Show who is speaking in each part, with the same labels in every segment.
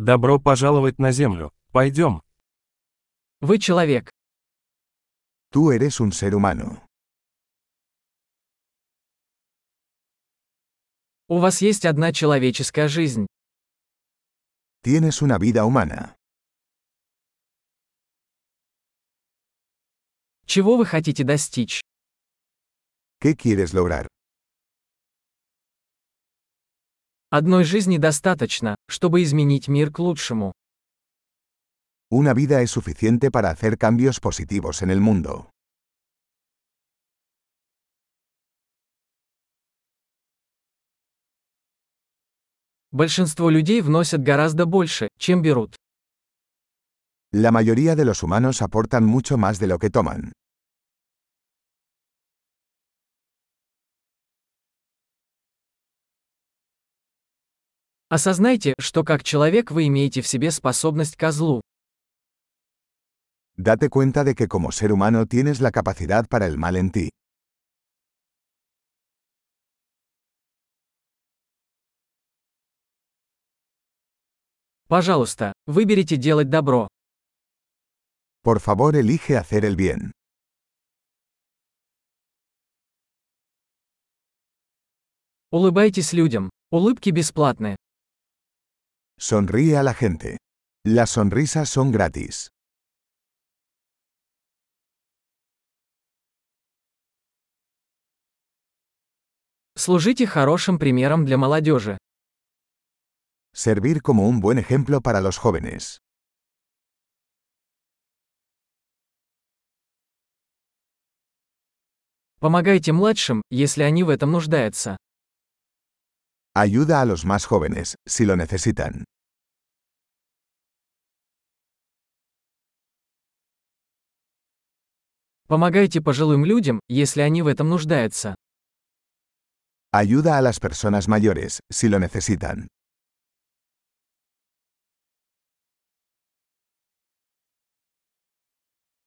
Speaker 1: Добро пожаловать на Землю. Пойдем.
Speaker 2: Вы человек.
Speaker 3: Tú eres un ser humano.
Speaker 2: У вас есть одна человеческая жизнь.
Speaker 3: Tienes una vida humana.
Speaker 2: Чего вы хотите достичь?
Speaker 3: ¿Qué quieres lograr?
Speaker 2: Одной жизни достаточно, чтобы изменить мир к лучшему.
Speaker 3: Una vida es suficiente para hacer cambios positivos en el mundo.
Speaker 2: Большинство людей вносят гораздо больше, чем берут.
Speaker 3: La mayoría de los humanos aportan mucho más de lo que toman.
Speaker 2: Осознайте, что как человек вы имеете в себе способность козлу.
Speaker 3: Date cuenta de que como ser humano tienes la capacidad para el mal en ti.
Speaker 2: Пожалуйста, выберите делать добро.
Speaker 3: Por favor, elige hacer el bien.
Speaker 2: Улыбайтесь людям. Улыбки бесплатны.
Speaker 3: Sonríe a la gente. Las sonrisas son gratis.
Speaker 2: Служите хорошим примером для молодежи.
Speaker 3: Servir como un buen ejemplo para los jóvenes.
Speaker 2: Помогайте младшим, если они в этом нуждаются.
Speaker 3: Ayuda a los más jóvenes, si lo necesitan.
Speaker 2: Помогайте пожилым людям, если они в этом нуждаются.
Speaker 3: Ayuda a las personas mayores, si lo necesitan.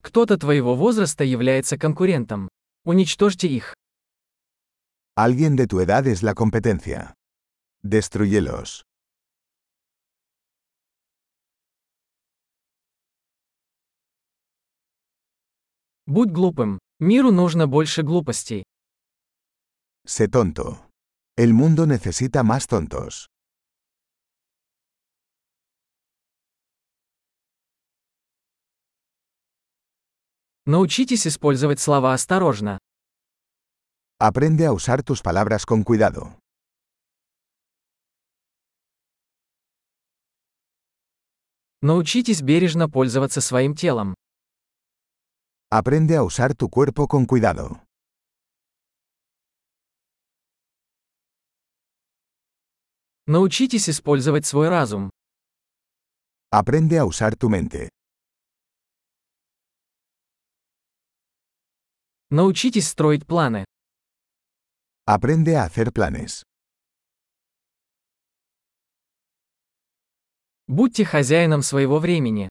Speaker 2: Кто-то твоего возраста является конкурентом. Уничтожьте их.
Speaker 3: Alguien de tu edad es la competencia. Destruyelos.
Speaker 2: Будь глупым. Миру нужно больше глупостей.
Speaker 3: Sé tonto. El mundo necesita más tontos.
Speaker 2: Научитесь использовать слова осторожно.
Speaker 3: Aprende a usar tus palabras con cuidado.
Speaker 2: Научитесь бережно пользоваться своим телом.
Speaker 3: Aprende a usar tu cuerpo con cuidado.
Speaker 2: Научитесь использовать свой разум.
Speaker 3: Aprende a usar tu mente.
Speaker 2: Научитесь строить планы.
Speaker 3: Aprende a hacer planes.
Speaker 2: Будьте хозяином своего времени.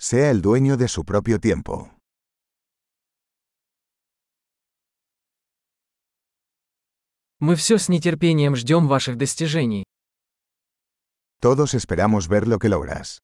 Speaker 3: Sea el dueño de su propio tiempo.
Speaker 2: Мы все с нетерпением ждем ваших достижений.
Speaker 3: Todos esperamos ver lo que logras.